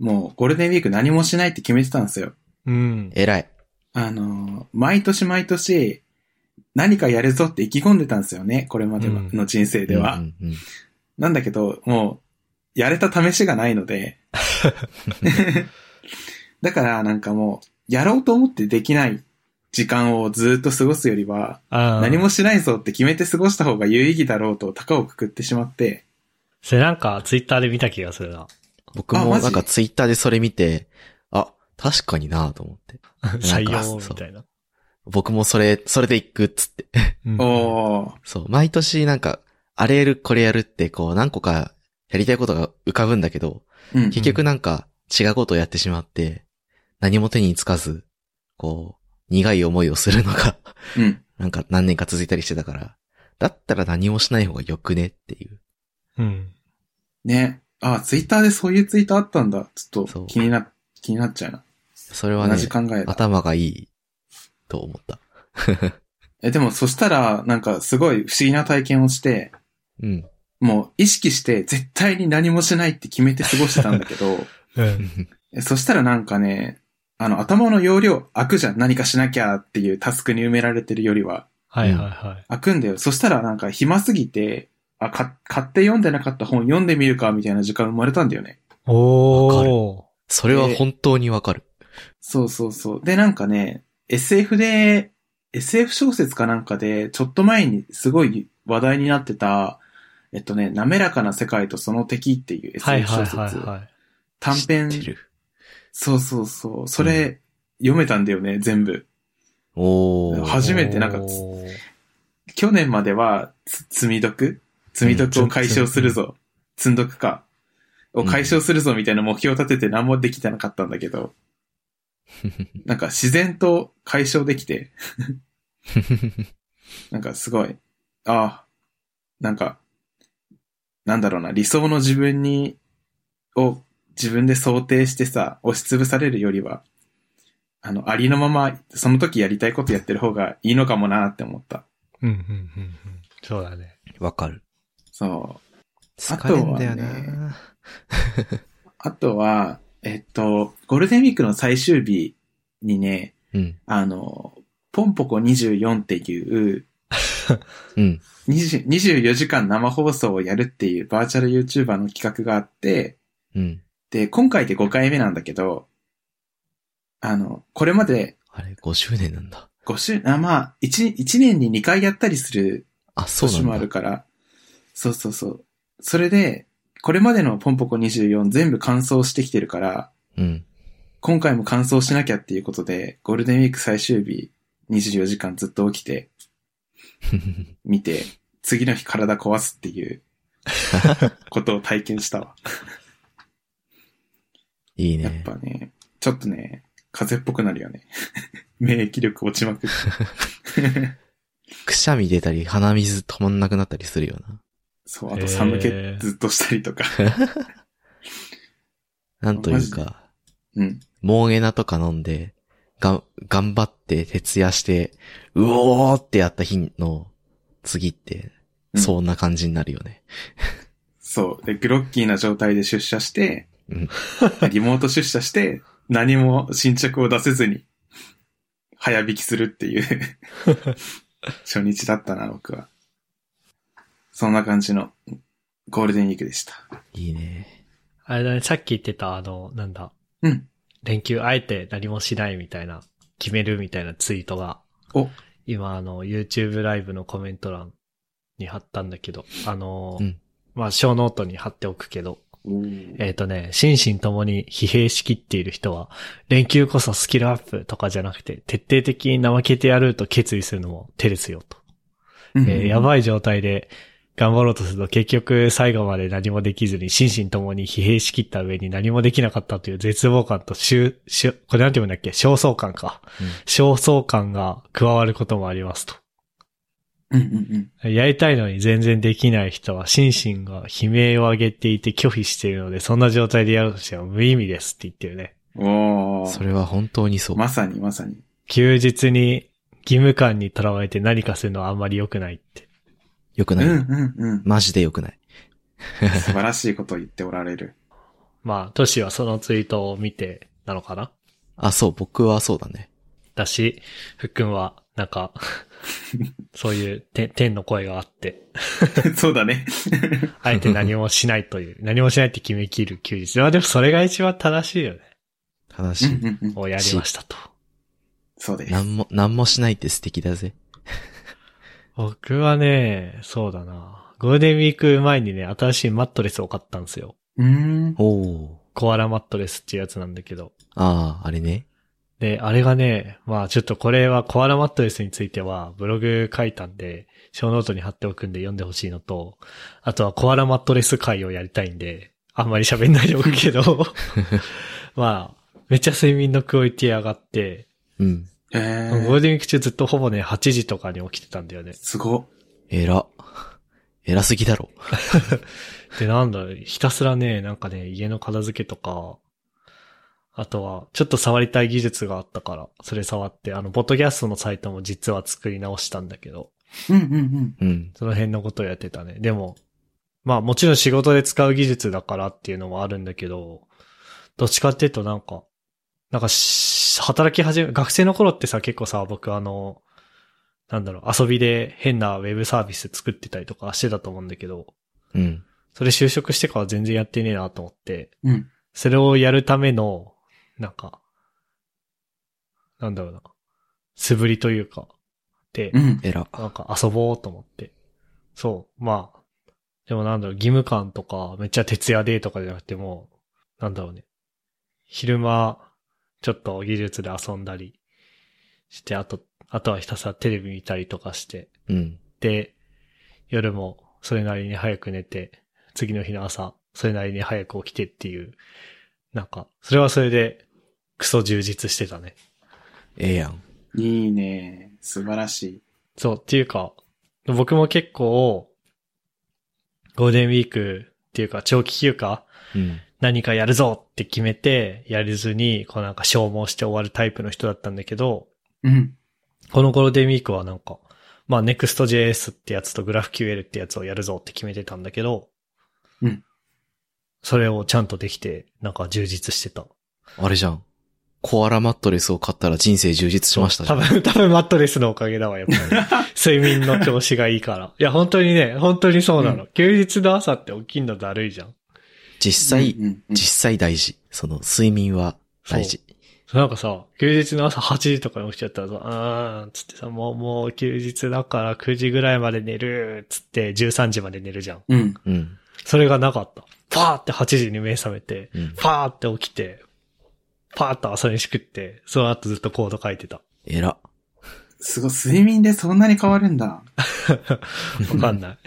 Speaker 2: もうゴールデンウィーク何もしないって決めてたんですよ。
Speaker 1: うん。
Speaker 3: 偉い。
Speaker 2: あの、毎年毎年、何かやるぞって意気込んでたんですよね。これまで
Speaker 1: うん
Speaker 2: の人生では。
Speaker 3: うんうんうん
Speaker 2: なんだけど、もう、やれた試しがないの で。だから、なんかもう、やろうと思ってできない時間をずっと過ごすよりは、
Speaker 1: あー
Speaker 2: 何もしないぞって決めて過ごした方が有意義だろうと、高をくくってしまって、
Speaker 1: それなんか、ツイッターで見た気がするな。
Speaker 3: 僕
Speaker 2: あ
Speaker 3: も
Speaker 2: マジ
Speaker 3: なんかツイッターでそれ見て、あ、確かになぁと思って。
Speaker 1: 採用みたいな。
Speaker 3: 僕もそれ、それで行くっつって。
Speaker 1: うん
Speaker 2: おー、
Speaker 3: そう、毎年なんか、あれやる、これやるって、こう何個かやりたいことが浮かぶんだけど、
Speaker 2: うん。
Speaker 3: 結局なんか違うことをやってしまって、何も手につかず、こう、苦い思いをするのが、
Speaker 2: うん。
Speaker 3: なんか何年か続いたりしてたから、だったら何もしない方がよくねっていう。
Speaker 1: うん。
Speaker 2: ね。あ、ツイッターでそういうツイートあったんだ。ちょっ
Speaker 3: そ
Speaker 2: と
Speaker 3: う
Speaker 2: 気にな、気になっちゃうな。
Speaker 3: それは
Speaker 2: 同
Speaker 3: ね、
Speaker 2: じ考えだ。
Speaker 3: 頭がいいと思った。
Speaker 2: え、でもそしたら、なんかすごい不思議な体験をして、
Speaker 3: うん。
Speaker 2: もう意識して絶対に何もしないって決めて過ごしてたんだけど、
Speaker 1: うん。
Speaker 2: えそしたらなんかね、あの、頭の容量開くじゃん。何かしなきゃっていうタスクに埋められてるよりは。
Speaker 1: はいはいはい。
Speaker 2: 開くんだよ。そしたらなんか暇すぎて、あ、か、買って読んでなかった本読んでみるかみたいな時間生まれたんだよね。
Speaker 3: わか
Speaker 1: おー。
Speaker 3: それは本当にわかる。
Speaker 2: そうそうそう。で、なんかね、SF で、SF 小説かなんかで、ちょっと前にすごい話題になってた、えっとね、滑らかな世界とその敵っていう
Speaker 1: はい
Speaker 2: SF
Speaker 1: はい
Speaker 2: 小
Speaker 1: はい
Speaker 2: 説。
Speaker 1: はい。
Speaker 2: 短編
Speaker 3: 知って、る。
Speaker 2: そうそうそう。それ、読めたんだよね、全部。
Speaker 3: おー。
Speaker 2: 初めてなんかつ
Speaker 1: おー
Speaker 2: 去年までは、つ積み読積み読を解消するぞ。積んどくか。を解消するぞみたいな目標を立てて何もできてなかったんだけど、なんか自然と解消できて、なんかすごい、ああ、なんか、なんだろうな、理想の自分に、を自分で想定してさ、押しつぶされるよりは、あの、ありのまま、その時やりたいことやってる方がいいのかもなって思った。
Speaker 1: うんうんうんうん。そうだね。
Speaker 3: わかる。
Speaker 2: そう。
Speaker 3: 疲れんだよ
Speaker 2: あとは
Speaker 3: な
Speaker 2: あとは、えっと、ゴールデンウィークの最終日にね、
Speaker 3: うん。
Speaker 2: あの、ポンポコ24っていう、
Speaker 3: うん。
Speaker 2: 20 24時間生放送をやるっていうバーチャル YouTuber の企画があって、
Speaker 3: うん。
Speaker 2: で、今回で5回目なんだけど、あの、これまで
Speaker 3: あれ、5周年なんだ。
Speaker 2: 5週、あまあ1、1年に2回やったりする
Speaker 3: あ、そう
Speaker 2: 年も
Speaker 3: な
Speaker 2: あ
Speaker 3: ん
Speaker 2: る
Speaker 3: だ。
Speaker 2: から、そうそうそう。それで、これまでのポンポコ24全部完走してきてるから、
Speaker 3: うん。
Speaker 2: 今回も完走しなきゃっていうことで、ゴールデンウィーク最終日、24時間ずっと起きて、見て、次の日体壊すっていう、ことを体験 したわ。
Speaker 3: いい
Speaker 2: やっ
Speaker 3: ね。
Speaker 2: ぱね、ちょっとね、風邪っぽくなるよね。 免疫力落ちまくって。
Speaker 3: くしゃみ出たり、鼻水止まんなくなったりするよな。
Speaker 2: そう、あと寒
Speaker 1: へ
Speaker 2: 気
Speaker 1: ー
Speaker 2: ずっとしたりとか。
Speaker 3: なんという
Speaker 2: マ
Speaker 3: か、
Speaker 2: うん。
Speaker 3: モンエナとか飲んで、が、頑張って、徹夜して、うおーってやった日の次って、
Speaker 2: うん
Speaker 3: そんな感じになるよね。
Speaker 2: そう。で、グロッキーな状態で出社して、
Speaker 3: うん
Speaker 2: リモート出社して、何も新着を出せずに、 早引きするっていう、初日だったな、僕は。そんな感じのゴールデンウィークでした。
Speaker 3: いいね。
Speaker 1: あれだね、さっき言ってた、あの、なんだ、
Speaker 2: うん。
Speaker 1: 連休あえて何もしないみたいな、決めるみたいなツイートが、
Speaker 2: お、
Speaker 1: 今あの、YouTube ライブのコメント欄に貼ったんだけど、あのー、
Speaker 3: うん
Speaker 1: まあ、小ノートに貼っておくけど、えっ、とね、心身ともに疲弊しきっている人は、連休こそスキルアップとかじゃなくて、徹底的に怠けてやると決意するのも手ですよと。
Speaker 2: うん
Speaker 1: えーやばい状態で頑張ろうとすると結局最後まで何もできずに心身ともに疲弊しきった上に何もできなかったという絶望感としゅ、しゅ、これなんて言うんだっけ焦燥感か。
Speaker 3: うん
Speaker 1: 焦燥感が加わることもありますと。
Speaker 2: うんうん
Speaker 1: やりたいのに全然できない人は心身が悲鳴を上げていて拒否しているので、そんな状態でやるとしては無意味ですって言ってるね。
Speaker 2: うん。お
Speaker 3: そ
Speaker 2: ー。
Speaker 3: れは本当にそう。
Speaker 2: まさにまさに。
Speaker 1: 休日に義務感にとらわれて何かするのはあんまり良くないって。
Speaker 3: よく
Speaker 2: うん
Speaker 3: ない。
Speaker 2: うんうん。
Speaker 3: マジでよくない。
Speaker 2: 素晴らしいことを言っておられる。
Speaker 1: まあ、トシはそのツイートを見てなのかな
Speaker 3: あ、そう、僕はそうだね。
Speaker 1: だし、ふっくんは、なん か、そういうて天の声があって、
Speaker 2: そうだね。
Speaker 1: あえて何もしないという、 何もしないって決めきる休日。まあでもそれが一番正しいよね。
Speaker 3: 正
Speaker 2: う
Speaker 3: し
Speaker 2: ん
Speaker 3: い。
Speaker 2: うんうん。
Speaker 1: をやりましたと。
Speaker 2: そうです。
Speaker 3: なんも、なんもしないって素敵だぜ。
Speaker 1: 僕はね、そうだな。ゴールデンウィーク前にね、新しいマットレスを買ったんですよ。
Speaker 2: うーん。
Speaker 3: おー。
Speaker 1: コアラマットレスっていうやつなんだけど。
Speaker 3: ああ、あれね。
Speaker 1: で、あれがね、まあちょっとこれはコアラマットレスについてはブログ書いたんで、小ノートに貼っておくんで読んでほしいのと、あとはコアラマットレス会をやりたいんで、あんまり喋んないでおくけど、 まあ、めっちゃ睡眠のクオリティ上がって、
Speaker 3: うん。
Speaker 2: え
Speaker 1: ゴール
Speaker 2: ー。
Speaker 1: デンウィーク中ずっとほぼね、8時とかに起きてたんだよね。
Speaker 2: すご。
Speaker 3: 偉。偉すぎだろ。
Speaker 1: で、なんだ、ひたすらね、なんかね、家の片付けとか、あとは、ちょっと触りたい技術があったから、それ触って、あの、ポッドキャストのサイトも実は作り直したんだけど、
Speaker 2: うんうんうん。
Speaker 3: うん。
Speaker 1: その辺のことをやってたね。でも、まあもちろん仕事で使う技術だからっていうのもあるんだけど、どっちかっていうとなんか、なんかし、働き始め、学生の頃ってさ、結構さ、僕あの、なんだろう、遊びで変なウェブサービス作ってたりとかしてたと思うんだけど、
Speaker 3: うん。
Speaker 1: それ就職してから全然やってねえなと思って、
Speaker 2: うん。
Speaker 1: それをやるための、なんか、なんだろうな、素振りというか、で、
Speaker 2: うん。
Speaker 3: 偉。
Speaker 1: なんか遊ぼうと思って。そう、まあ、でもなんだろう、義務感とか、めっちゃ徹夜でとかじゃなくてもう、なんだろうね。昼間、ちょっと技術で遊んだりして、あと、あとはひたすらテレビ見たりとかして、
Speaker 3: うん。
Speaker 1: で、夜もそれなりに早く寝て、次の日の朝、それなりに早く起きてっていう、なんか、それはそれで、クソ充実してたね。
Speaker 3: ええやん。
Speaker 2: いいね。素晴らしい。
Speaker 1: そう、っていうか、僕も結構、ゴールデンウィークっていうか長期休暇、
Speaker 3: うん。
Speaker 1: 何かやるぞって決めて、やれずに、こうなんか消耗して終わるタイプの人だったんだけど、
Speaker 2: うん。
Speaker 1: このゴールデンウィークはなんか、まあ Next.js ってやつと GraphQL ってやつをやるぞって決めてたんだけど、
Speaker 2: うん。
Speaker 1: それをちゃんとできて、なんか充実してた。
Speaker 3: あれじゃん。コアラマットレスを買ったら人生充実しましたじ
Speaker 1: 多
Speaker 3: ゃん。
Speaker 1: 分、 多分マットレスのおかげだわ、やっぱり。睡眠の調子がいいから。いや、本当にね、本当にそうなの。
Speaker 2: う
Speaker 1: 休日の朝って起きんのだるいじゃん。
Speaker 3: 実際、
Speaker 2: うんうんうん
Speaker 3: 実際大事。その、睡眠は大事。
Speaker 1: なんかさ、休日の朝8時とかに起きちゃったらさ、あーん、つってさ、もう、もう休日だから9時ぐらいまで寝る、つって13時まで寝るじゃん。
Speaker 2: うん。
Speaker 3: うん。
Speaker 1: それがなかった。パーって8時に目覚めて、
Speaker 3: うん。
Speaker 1: パーって起きて、パーっと朝飯食って、その後ずっとコード書いてた。
Speaker 3: えら。
Speaker 2: すごい。睡眠でそんなに変わるんだ。
Speaker 1: わかんない。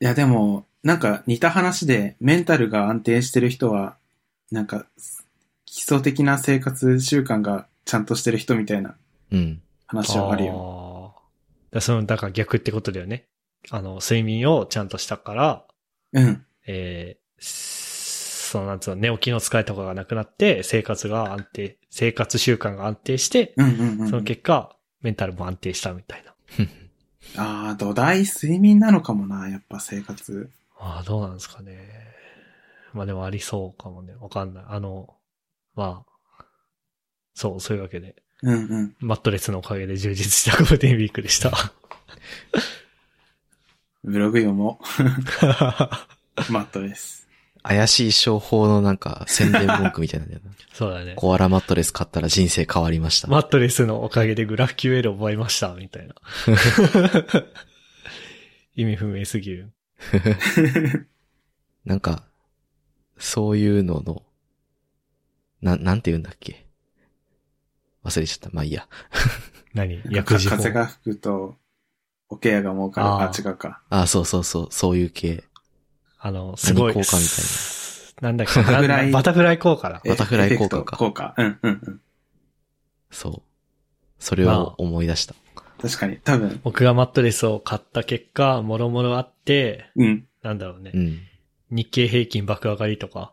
Speaker 2: いや、でも、なんか似た話で、メンタルが安定してる人は、なんか、基礎的な生活習慣がちゃんとしてる人みたいな
Speaker 3: うん。
Speaker 2: 話はあるよ。
Speaker 1: あーだその、だから逆ってことだよね。あの、睡眠をちゃんとしたから、
Speaker 2: うん。
Speaker 1: えー、そのなんつうの、寝起きの疲れとかがなくなって、生活が安定、生活習慣が安定して、
Speaker 2: うんうんうん。
Speaker 1: その結果、メンタルも安定したみたいな。
Speaker 2: ああ、土台睡眠なのかもな、やっぱ生活。
Speaker 1: ああ、どうなんですかね。まあでもありそうかもね。わかんない。あの、まあ、そう、そういうわけで。
Speaker 2: うんうん。
Speaker 1: マットレスのおかげで充実したゴールデンウィークでした。
Speaker 2: ブログ読もう。マ ットです。
Speaker 3: 怪しい商法のなんか宣伝文句みたいなんだよな。
Speaker 1: そうだね。
Speaker 3: コアラマットレス買ったら人生変わりました。
Speaker 1: マットレスのおかげでグラフ QL 覚えました、みた いな。意味不明すぎる。
Speaker 3: なんか、そういうのの、な、なんて言うんだっけ。忘れちゃった。まあいいや。
Speaker 1: 何
Speaker 2: なんか
Speaker 1: 薬事法
Speaker 2: 風が吹くと、おケアが儲かる。
Speaker 1: あ
Speaker 2: あ違うか。
Speaker 3: あそうそうそう、そういう系。
Speaker 1: あの、すごい。
Speaker 3: 何効果み
Speaker 1: なんだっけ
Speaker 2: バタフライ
Speaker 1: なバタフライ効果だ。
Speaker 2: え
Speaker 3: バタフライ効
Speaker 2: エフェ
Speaker 3: 果か
Speaker 2: クト効果。うんうんうん。
Speaker 3: そう。それを思い出した。
Speaker 2: 確かに。多分、
Speaker 1: 僕がマットレスを買った結果、もろもろあって、
Speaker 2: うん。
Speaker 1: なんだろうね。
Speaker 3: うん。
Speaker 1: 日経平均爆上がりと か。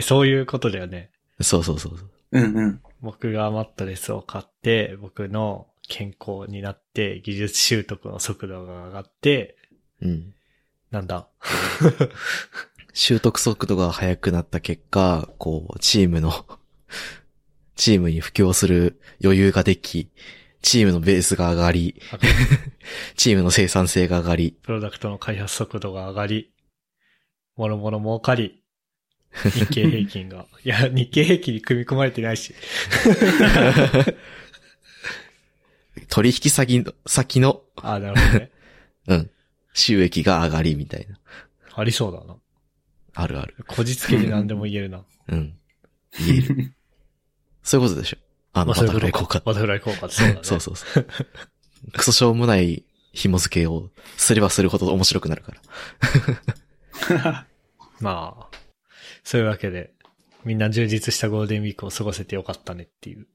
Speaker 1: そういうことだよね。
Speaker 3: そうそうそうそう。
Speaker 2: うんうん。
Speaker 1: 僕がマットレスを買って、僕の健康になって、技術習得の速度が上がって、
Speaker 3: うん。
Speaker 1: なんだ。
Speaker 3: 習得速度が速くなった結果、こう、チームの、 チームに布教する余裕ができ、チームのベースが上がり、チームの生産性が上がり、
Speaker 1: プロダクトの開発速度が上がり、もろもろ儲かり、日経平均が。いや、日経平均に組み込まれてないし。
Speaker 3: 取引先の、先の、
Speaker 1: ああ、なるほどね。
Speaker 3: うん、収益が上がりみたいな。
Speaker 1: ありそうだな。
Speaker 3: あるある。
Speaker 1: こじつけで何でも言えるな。
Speaker 3: うん。言え る。そういうことでしょ。あの、
Speaker 1: まあ
Speaker 3: バ
Speaker 1: そうい
Speaker 3: タ
Speaker 1: うことか
Speaker 3: フライ効果。
Speaker 1: バタフライ効果 ってそうだね。
Speaker 3: そうそうそう。クソしょうもない紐付けをすればするほど面白くなるから。
Speaker 1: まあ、そういうわけで、みんな充実したゴールデンウィークを過ごせてよかったねっていう。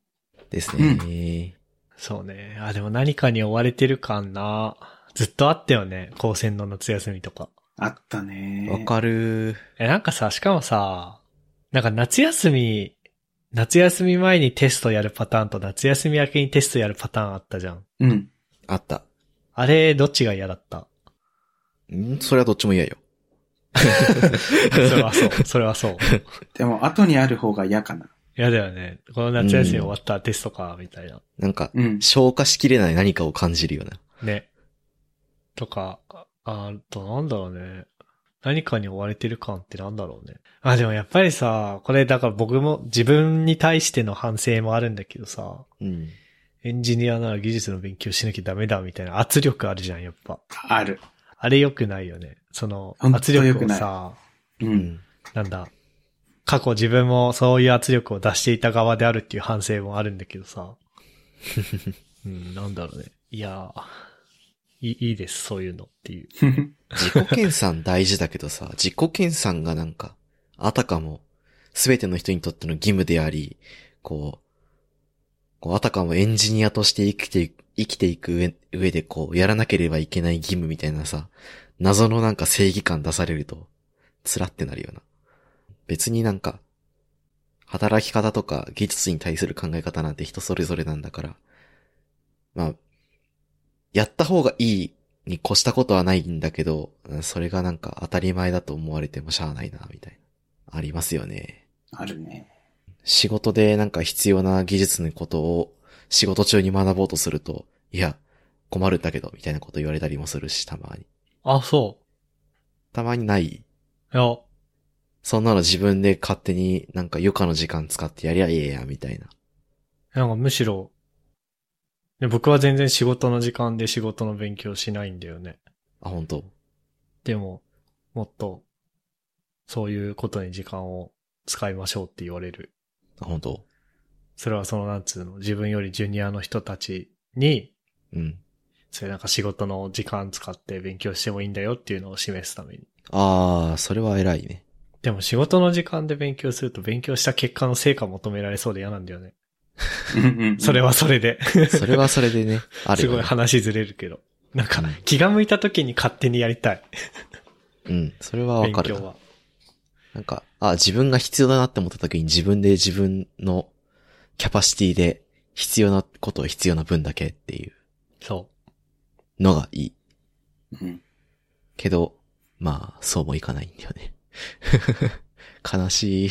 Speaker 3: ですね。
Speaker 1: そうね。あ、でも何かに追われてる感な。ずっとあったよね。高専の夏休みとか。
Speaker 2: あったね。
Speaker 3: わかる。
Speaker 1: え、なんかさ、しかもさ、なんか夏休み、夏休み前にテストやるパターンと夏休み明けにテストやるパターンあったじゃん。
Speaker 2: うん。
Speaker 3: あった。
Speaker 1: あれ、どっちが嫌だった
Speaker 3: んそれはどっちも嫌よ。
Speaker 1: それはそう。それはそう。
Speaker 2: でも、後にある方が嫌かな。
Speaker 1: 嫌だよね。この夏休み終わったらテストか、みたいな。
Speaker 3: なんか、
Speaker 2: うん。
Speaker 3: 消化しきれない何かを感じるよな。
Speaker 1: ね。とか、ああとなんだろうね。何かに追われてる感ってなんだろうね。あ、でもやっぱりさ、これだから僕も自分に対しての反省もあるんだけどさ、
Speaker 3: うん。
Speaker 1: エンジニアなら技術の勉強しなきゃダメだみたいな圧力あるじゃん、やっぱ。
Speaker 2: ある。
Speaker 1: あれ良くないよね。その、
Speaker 2: ほんと
Speaker 1: 圧力をさ、
Speaker 2: う。。
Speaker 3: うん
Speaker 1: なんだ、過去自分もそういう圧力を出していた側であるっていう反省もあるんだけどさ。 うん、なんだろうね。いやーいい、いいです、そういうのっていう。
Speaker 3: 自己研鑽大事だけどさ、自己研鑽がなんか、あたかも、すべての人にとっての義務であり、こう、こうあたかもエンジニアとして生きていく、生きていく上上でこう、やらなければいけない義務みたいなさ、謎のなんか正義感出されると、つらってなるよな。別になんか、働き方とか技術に対する考え方なんて人それぞれなんだから、まあ、やった方がいいに越したことはないんだけど、うんそれがなんか当たり前だと思われてもしゃあないな、みたいな。ありますよね。
Speaker 2: あるね。
Speaker 3: 仕事でなんか必要な技術のことを仕事中に学ぼうとすると、いや、困るんだけど、みたいなこと言われたりもするし、たまに。
Speaker 1: あ、そう。
Speaker 3: たまにない。
Speaker 1: いや、
Speaker 3: そんなの自分で勝手になんか余暇の時間使ってやりゃええや、みたいな。
Speaker 1: なんかむしろ、ね僕は全然仕事の時間で仕事の勉強しないんだよね。
Speaker 3: あ、本当
Speaker 1: でも、もっと、そういうことに時間を使いましょうって言われる。
Speaker 3: あ、本当
Speaker 1: それはその、なんつうの、自分よりジュニアの人たちに、
Speaker 3: うん。
Speaker 1: それなんか仕事の時間使って勉強してもいいんだよっていうのを示すために。
Speaker 3: あー、それは偉いね。
Speaker 1: でも仕事の時間で勉強すると勉強した結果の成果求められそうで嫌なんだよね。
Speaker 2: うんうんうん
Speaker 1: それ。はそれで。
Speaker 3: それはそれでね、ある
Speaker 1: す
Speaker 3: よ、ね。
Speaker 1: ごい話ずれるけど。なんか
Speaker 3: うん、
Speaker 1: 気が向いた時に勝手にやりたい。
Speaker 3: うん、それはわ
Speaker 1: 勉
Speaker 3: かるな。
Speaker 1: 強は。
Speaker 3: なんか、あ、自分が必要だなって思った時に自分で自分のキャパシティで必要なことを必要な分だけっていう
Speaker 1: そう。
Speaker 3: のがいい。
Speaker 2: うん。
Speaker 3: けど、まあ、そうもいかないんだよね。 悲しい。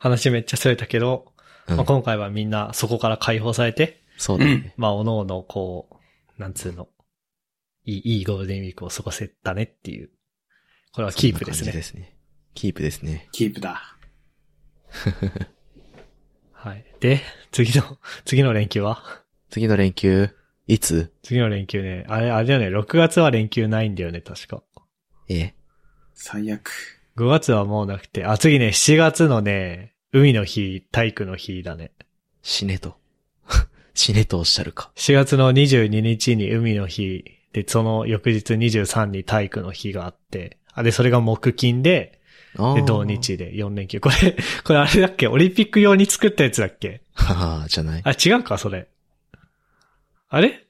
Speaker 1: 話めっちゃそれたけど、
Speaker 3: うん
Speaker 1: まあ、今回はみんなそこから解放されて、
Speaker 3: そうだね。
Speaker 1: まあ、おのおのこう、なんつうの。いい、いいゴールデンウィークを過ごせたねっていう。これはキープです
Speaker 3: そんな感じ
Speaker 1: ね。
Speaker 3: ですね。キープですね。
Speaker 2: キープだ。
Speaker 1: はい。で、次の、 次の連休は
Speaker 3: 次の連休、いつ
Speaker 1: 次の連休ね、あれ、あれだよね、6月は連休ないんだよね、確か。
Speaker 3: ええ。
Speaker 2: 最悪。
Speaker 1: 5月はもうなくて、あ、次ね、7月のね、海の日、体育の日だね。
Speaker 3: 死ねと。 死ねとおっしゃるか。
Speaker 1: 4月の22日に海の日、で、その翌日23に体育の日があって、あ、で、それが木金で、
Speaker 3: あ
Speaker 1: で、
Speaker 3: ー
Speaker 1: 同。日で4連休。これ、 これあれだっけオリンピック用に作ったやつだっけ
Speaker 3: はは、じゃない。
Speaker 1: あ、違うか、それ。あれ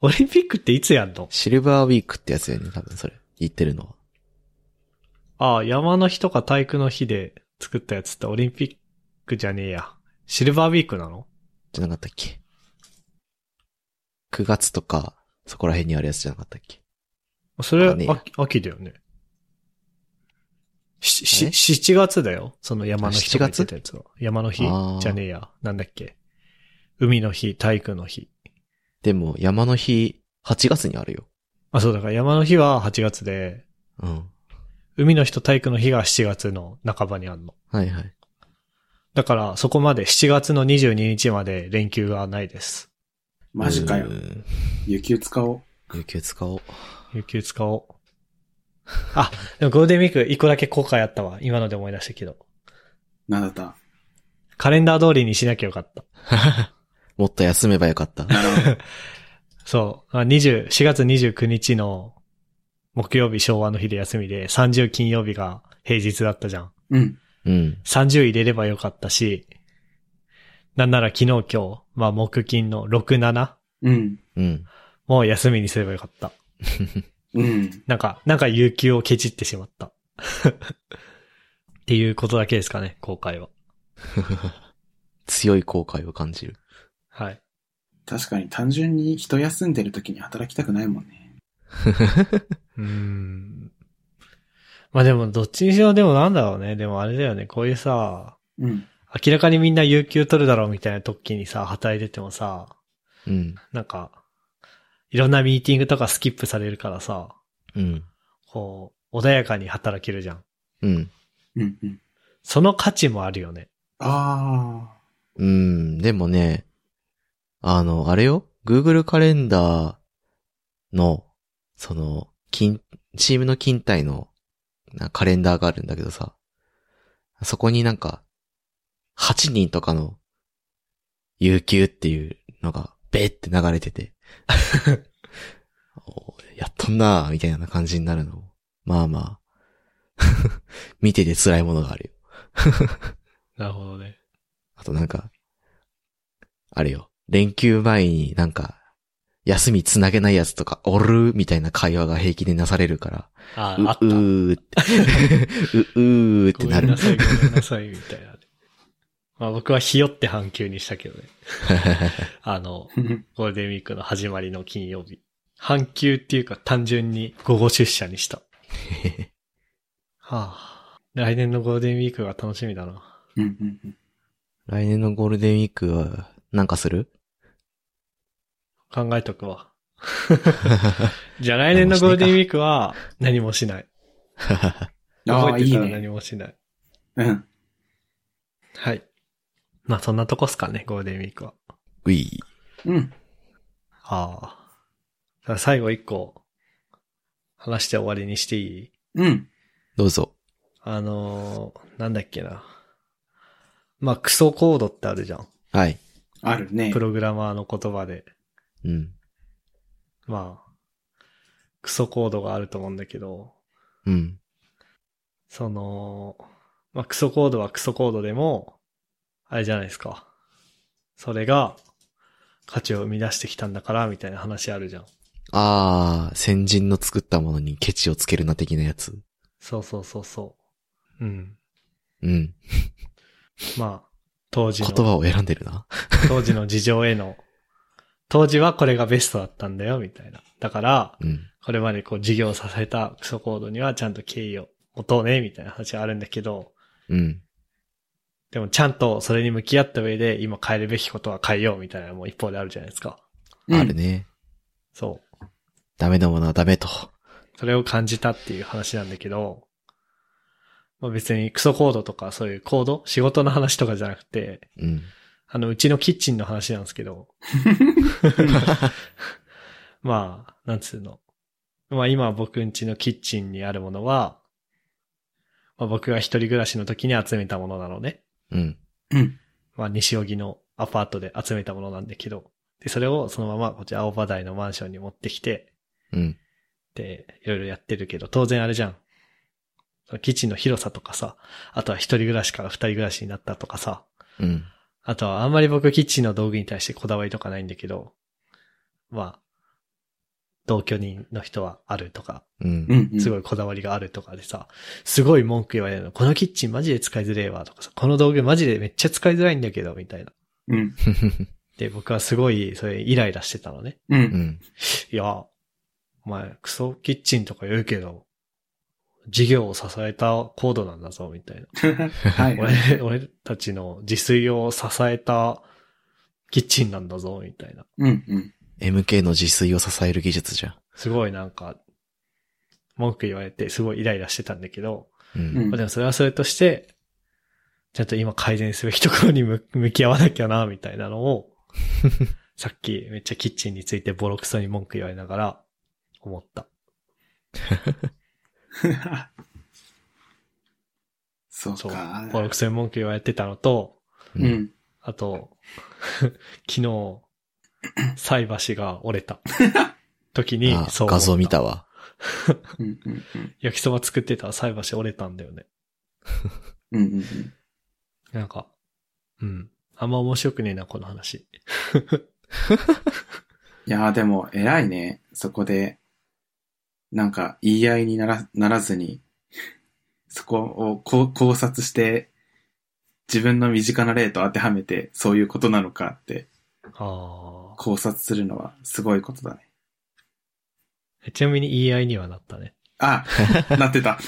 Speaker 1: オリンピックっていつやんの
Speaker 3: シルバーウィークってやつよね、多分それ。言ってるの
Speaker 1: あ
Speaker 3: は。
Speaker 1: あ、山の日とか体育の日で作ったやつってオリンピックじゃねえや。シルバーウィークなの
Speaker 3: じゃなかったっけ ?9 月とか、そこら辺にあるやつじゃなかったっけ
Speaker 1: それ
Speaker 3: あねえや
Speaker 1: 秋、秋だよね。し、し、7月だよ。その山の日とか言ってたやつは。山の日
Speaker 3: あー
Speaker 1: じゃねえや。なんだっけ。海の日、体育の日。
Speaker 3: でも、山の日、8月にあるよ。
Speaker 1: あ、そうだから山の日は8月で、
Speaker 3: うん。
Speaker 1: 海の日と体育の日が7月の半ばにあるの。
Speaker 3: はいはい。
Speaker 1: だから、そこまで7月の22日まで連休がないです。
Speaker 2: マジかよ
Speaker 3: う。ーん
Speaker 2: 雪を使おう。
Speaker 3: 有給使おう。
Speaker 1: 有給使おう。あ、でもゴールデンウィーク一個だけ後悔あったわ。今ので思い出したけど。
Speaker 2: なんだ った
Speaker 1: カレンダー通りにしなきゃよかった。
Speaker 3: もっと休めばよかった。
Speaker 2: なるほど。
Speaker 1: そう。あ20、4月29日の木曜日昭和の日で休みで、30金曜日が平日だったじゃん。
Speaker 2: うん。
Speaker 3: うん。
Speaker 1: 30入れればよかったし、なんなら昨日今日、まあ木金の6、7
Speaker 2: うん。
Speaker 3: うん。
Speaker 1: も休みにすればよかった。
Speaker 2: うん。
Speaker 1: なんか、なんか有給をケチってしまった。っていうことだけですかね、後悔は。
Speaker 3: 強い後悔を感じる。
Speaker 1: はい。
Speaker 2: 確かに単純に人休んでる時に働きたくないもんね。
Speaker 1: うーん。まあでも、どっちにしろでもなんだろうね。でもあれだよね、こういうさ、
Speaker 2: うん。
Speaker 1: 明らかにみんな有給取るだろうみたいな時にさ、働いててもさ、
Speaker 3: うん。
Speaker 1: なんか、いろんなミーティングとかスキップされるからさ、
Speaker 3: うん。
Speaker 1: こう、穏やかに働けるじゃん。
Speaker 3: うん。
Speaker 2: うん。うん。
Speaker 1: その価値もあるよね。
Speaker 2: ああ。
Speaker 3: うん。でもね、あの、あれよ ?Google カレンダーの、その、金、チームの勤怠の、なカレンダーがあるんだけどさ、そこになんか、8人とかの、有給っていうのが、べって流れてて、 おやっとんなーみたいな感じになるの。まあ まあ、見てて辛いものがあるよ。
Speaker 1: なるほどね。
Speaker 3: あとなんか、あれよ、連休前になんか、休みつなげないやつとか、おるみたいな会話が平気でなされるから、
Speaker 1: あ
Speaker 3: う、
Speaker 1: あった。
Speaker 3: うーって、う、うーって
Speaker 1: ご
Speaker 3: な
Speaker 1: めん
Speaker 3: る
Speaker 1: な。さい、ごめんなさい、みたいなね。まあ僕は日よって半休にしたけどね。あの、 ゴールデンウィークの始まりの金曜日。半休っていうか単純に午後出社にした。はあ、来年のゴールデンウィークが楽しみだな。
Speaker 2: うん。うん。うん
Speaker 3: 来年のゴールデンウィークは、なんかする
Speaker 1: 考えとくわ。じゃあ来年のゴールデンウィークは何もしない。
Speaker 2: あ
Speaker 1: 覚
Speaker 2: あ、
Speaker 1: え
Speaker 2: い
Speaker 1: て
Speaker 2: い
Speaker 1: たら
Speaker 2: ね。
Speaker 1: 何もしない。
Speaker 2: うん。
Speaker 1: はい。まあそんなとこっすかね、ゴールデンウィークは。
Speaker 3: ウィー。
Speaker 2: うん。
Speaker 1: ああ。じゃあ最後一個、話して終わりにしていい
Speaker 2: うん。
Speaker 3: どうぞ。
Speaker 1: あのーなんだっけな。まあクソコードってあるじゃん。
Speaker 3: はい。
Speaker 2: あるね
Speaker 1: プ。ログラマーの言葉で。
Speaker 3: うん。
Speaker 1: まあ、クソコードがあると思うんだけど、
Speaker 3: うん。
Speaker 1: その、まあ、クソコードはクソコードでも、あれじゃないですか。それが価値を生み出してきたんだから、みたいな話あるじゃん。
Speaker 3: あー、先人の作ったものにケチをつけるな的なやつ。
Speaker 1: そうそうそうそう。うん。
Speaker 3: うん。
Speaker 1: まあ、当時
Speaker 3: 言
Speaker 1: の、
Speaker 3: 葉を選んでるな。
Speaker 1: 当時の事情への、当時はこれがベストだったんだよ、みたいな。だから、
Speaker 3: うん。
Speaker 1: これまでこう事業を支えたクソコードにはちゃんと敬意を持とうね、みたいな話はあるんだけど、
Speaker 3: うん。
Speaker 1: でもちゃんとそれに向き合った上で今変えるべきことは変えようみたいなのも一方であるじゃないですか。
Speaker 2: うん
Speaker 3: あるね。
Speaker 1: そ
Speaker 3: ダメなものはダメと。
Speaker 1: う。それを感じたっていう話なんだけど、まあ、別にクソコードとかそういうコード仕事の話とかじゃなくて、
Speaker 3: うん。
Speaker 1: あの、うちのキッチンの話なんですけど。 まあ、なんつうの。まあ今僕んちのキッチンにあるものは、まあ僕が一人暮らしの時に集めたものなのね。
Speaker 3: うん。
Speaker 2: うん。
Speaker 1: まあ西荻のアパートで集めたものなんだけど。で、それをそのままこっち青葉台のマンションに持ってきて、
Speaker 3: うん。
Speaker 1: で、いろいろやってるけど、当然あれじゃん。そのキッチンの広さとかさ、あとは一人暮らしから二人暮らしになったとかさ、
Speaker 3: うん。
Speaker 1: あとはあんまり僕キッチンの道具に対してこだわりとかないんだけど、まあ、同居人の人はあるとか、
Speaker 3: う。
Speaker 2: うんん。うん
Speaker 1: すごいこだわりがあるとかでさ、すごい文句言われるの。このキッチンマジで使いづれえわとかさ、この道具マジでめっちゃ使いづらいんだけど、みたいな。
Speaker 2: うん。
Speaker 1: で、僕はすごいそれイライラしてたのね。
Speaker 2: う。
Speaker 3: うんん。
Speaker 1: いや、お前クソキッチンとか言うけど、事業を支えたコードなんだぞ、み たいな。
Speaker 2: はいはい。
Speaker 1: 俺、俺たちの自炊を支えたキッチンなんだぞ、みたいな。
Speaker 2: うん。うん。
Speaker 3: MK の自炊を支える技術じゃ
Speaker 1: すごいなんか、文句言われて、すごいイライラしてたんだけど、
Speaker 3: ん。う。
Speaker 2: うんん
Speaker 1: まあ、でもそれはそれとして、ちゃんと今改善すべきところに向 向き合わなきゃな、みたいなのを、さっきめっちゃキッチンについてボロクソに文句言われながら、思った。
Speaker 2: そう
Speaker 1: そう
Speaker 2: か。。
Speaker 1: ボロクソに文句言われてたのと、
Speaker 2: う。ん。
Speaker 1: あと、 昨日、菜箸が折れた。時に
Speaker 3: あ、
Speaker 1: そう思った。
Speaker 3: 画像見たわ。
Speaker 2: うん。うん。うん
Speaker 1: 焼きそば作ってたら菜箸折れたんだよね。
Speaker 2: うん。うんうん。
Speaker 1: なんか、うん。あんま面白くねえな、この話。
Speaker 2: いやーでも、偉いね。そこで、なんか、言い合いにならならずに、そこをこう考察して、自分の身近な例と当てはめて、そういうことなのかって
Speaker 1: あ
Speaker 2: 考察するのはすごいことだね。
Speaker 1: あ。ちなみに言い合いにはなったね。
Speaker 2: あなってた。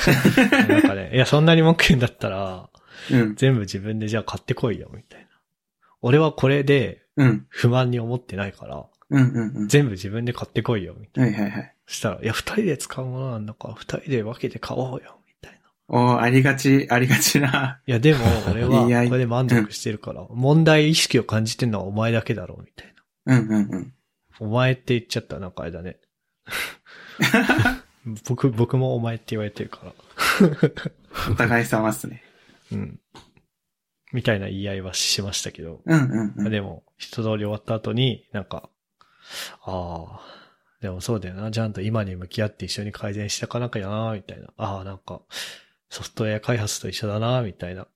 Speaker 1: なんかね、いや、そんなに文句言うんだったら、
Speaker 2: うん。
Speaker 1: 全部自分でじゃあ買ってこいよ、みたいな。俺はこれで
Speaker 2: うん。
Speaker 1: 不満に思ってないから、
Speaker 2: うん。うん。
Speaker 1: 全部自分で買ってこいよ、みた
Speaker 2: う
Speaker 1: い
Speaker 2: ん。
Speaker 1: な。
Speaker 2: はいはいはい。
Speaker 1: そしたら、いや、二人で使うものなんだから、二人で分けて買おうよ、みたいな。
Speaker 2: おーありがち、ありがちな。
Speaker 1: いや、でも、俺は、
Speaker 2: 言い合い
Speaker 1: これで満足してるから、問題意識を感じてるのはお前だけだろう、みたいな。
Speaker 2: うんうん うん。
Speaker 1: お前って言っちゃったらなんかあれだ ね。僕、僕もお前って言われてるから。
Speaker 2: お互い様っすね。
Speaker 1: うん。みたいな言い合いはしましたけど。
Speaker 2: うんうんうん。
Speaker 1: でも、人通り終わった後に、なんか、ああ、でもそうだよな。ちゃんと今に向き合って一緒に改善していかなきゃな、みたいな。ああ、なんか、ソフトウェア開発と一緒だな、みたいな。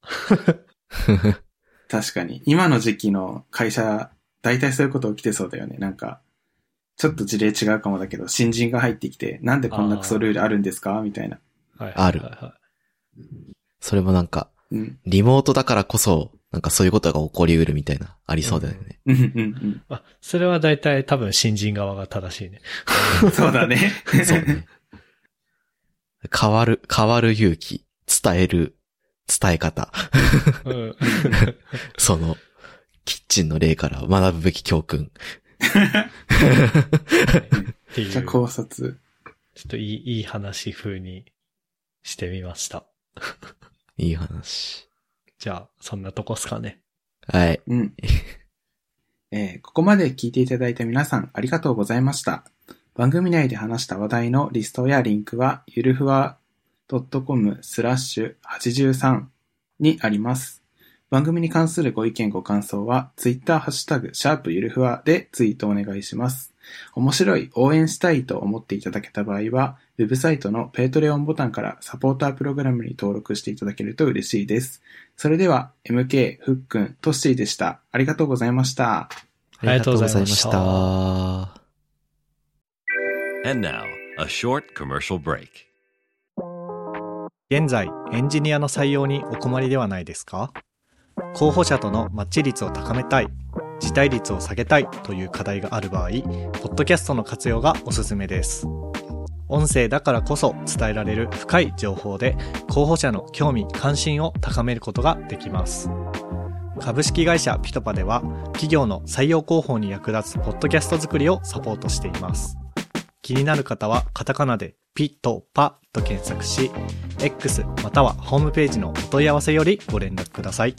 Speaker 2: 確かに。今の時期の会社、大体そういうこと起きてそうだよね。なんか、ちょっと事例違うかもだけど、新人が入ってきて、なんでこんなクソルールあるんですかみたいな。
Speaker 1: はい、
Speaker 3: ある
Speaker 1: はいはい
Speaker 3: それもなんか、
Speaker 2: うん。
Speaker 3: リモートだからこそ、なんかそういうことが起こりうるみたいな、ありそうだよね。
Speaker 2: うんうん
Speaker 1: まあ、それは大体多分新人側が正しい ね。
Speaker 2: うん。そうだね。
Speaker 3: そうね。 変わる、変わる勇気。伝える、伝え方。
Speaker 1: うん。
Speaker 3: その、キッチンの例から学ぶべき教 訓。
Speaker 1: っていう。
Speaker 2: じゃあ考察。
Speaker 1: ちょっといい、いい話風にしてみました。
Speaker 3: いい話。
Speaker 1: じゃあ、そんなとこっすかね。
Speaker 3: はい。
Speaker 2: うん。 えーここまで聞いていただいた皆さんありがとうございました。番組内で話した話題のリストやリンクは、ゆるふわ .com スラッシュ83にあります。番組に関するご意見ご感想は、ツイッターハッシュタグ、シャープゆるふわでツイートお願いします。面白い、応援したいと思っていただけた場合は、ウェブサイトのペイトレオンボタンからサポータープログラムに登録していただけると嬉しいです。それでは、MK、ふっくん、トッシーでした。ありがとうございまし
Speaker 1: あ
Speaker 2: た。
Speaker 1: りがとうございました
Speaker 3: ありがとうございました。
Speaker 4: And now, a short commercial break.
Speaker 1: 現在、エンジニアの採用にお困りではないですか候補者とのマッチ率を高めたい、辞退率を下げたいという課題がある場合、ポッドキャストの活用がおすすめです。音声だからこそ伝えられる深い情報で、候補者の興味・関心を高めることができます。株式会社ピトパでは、企業の採用広報に役立つポッドキャスト作りをサポートしています。気になる方はカタカナでピとパと検索し、X またはホームページのお問い合わせよりご連絡ください。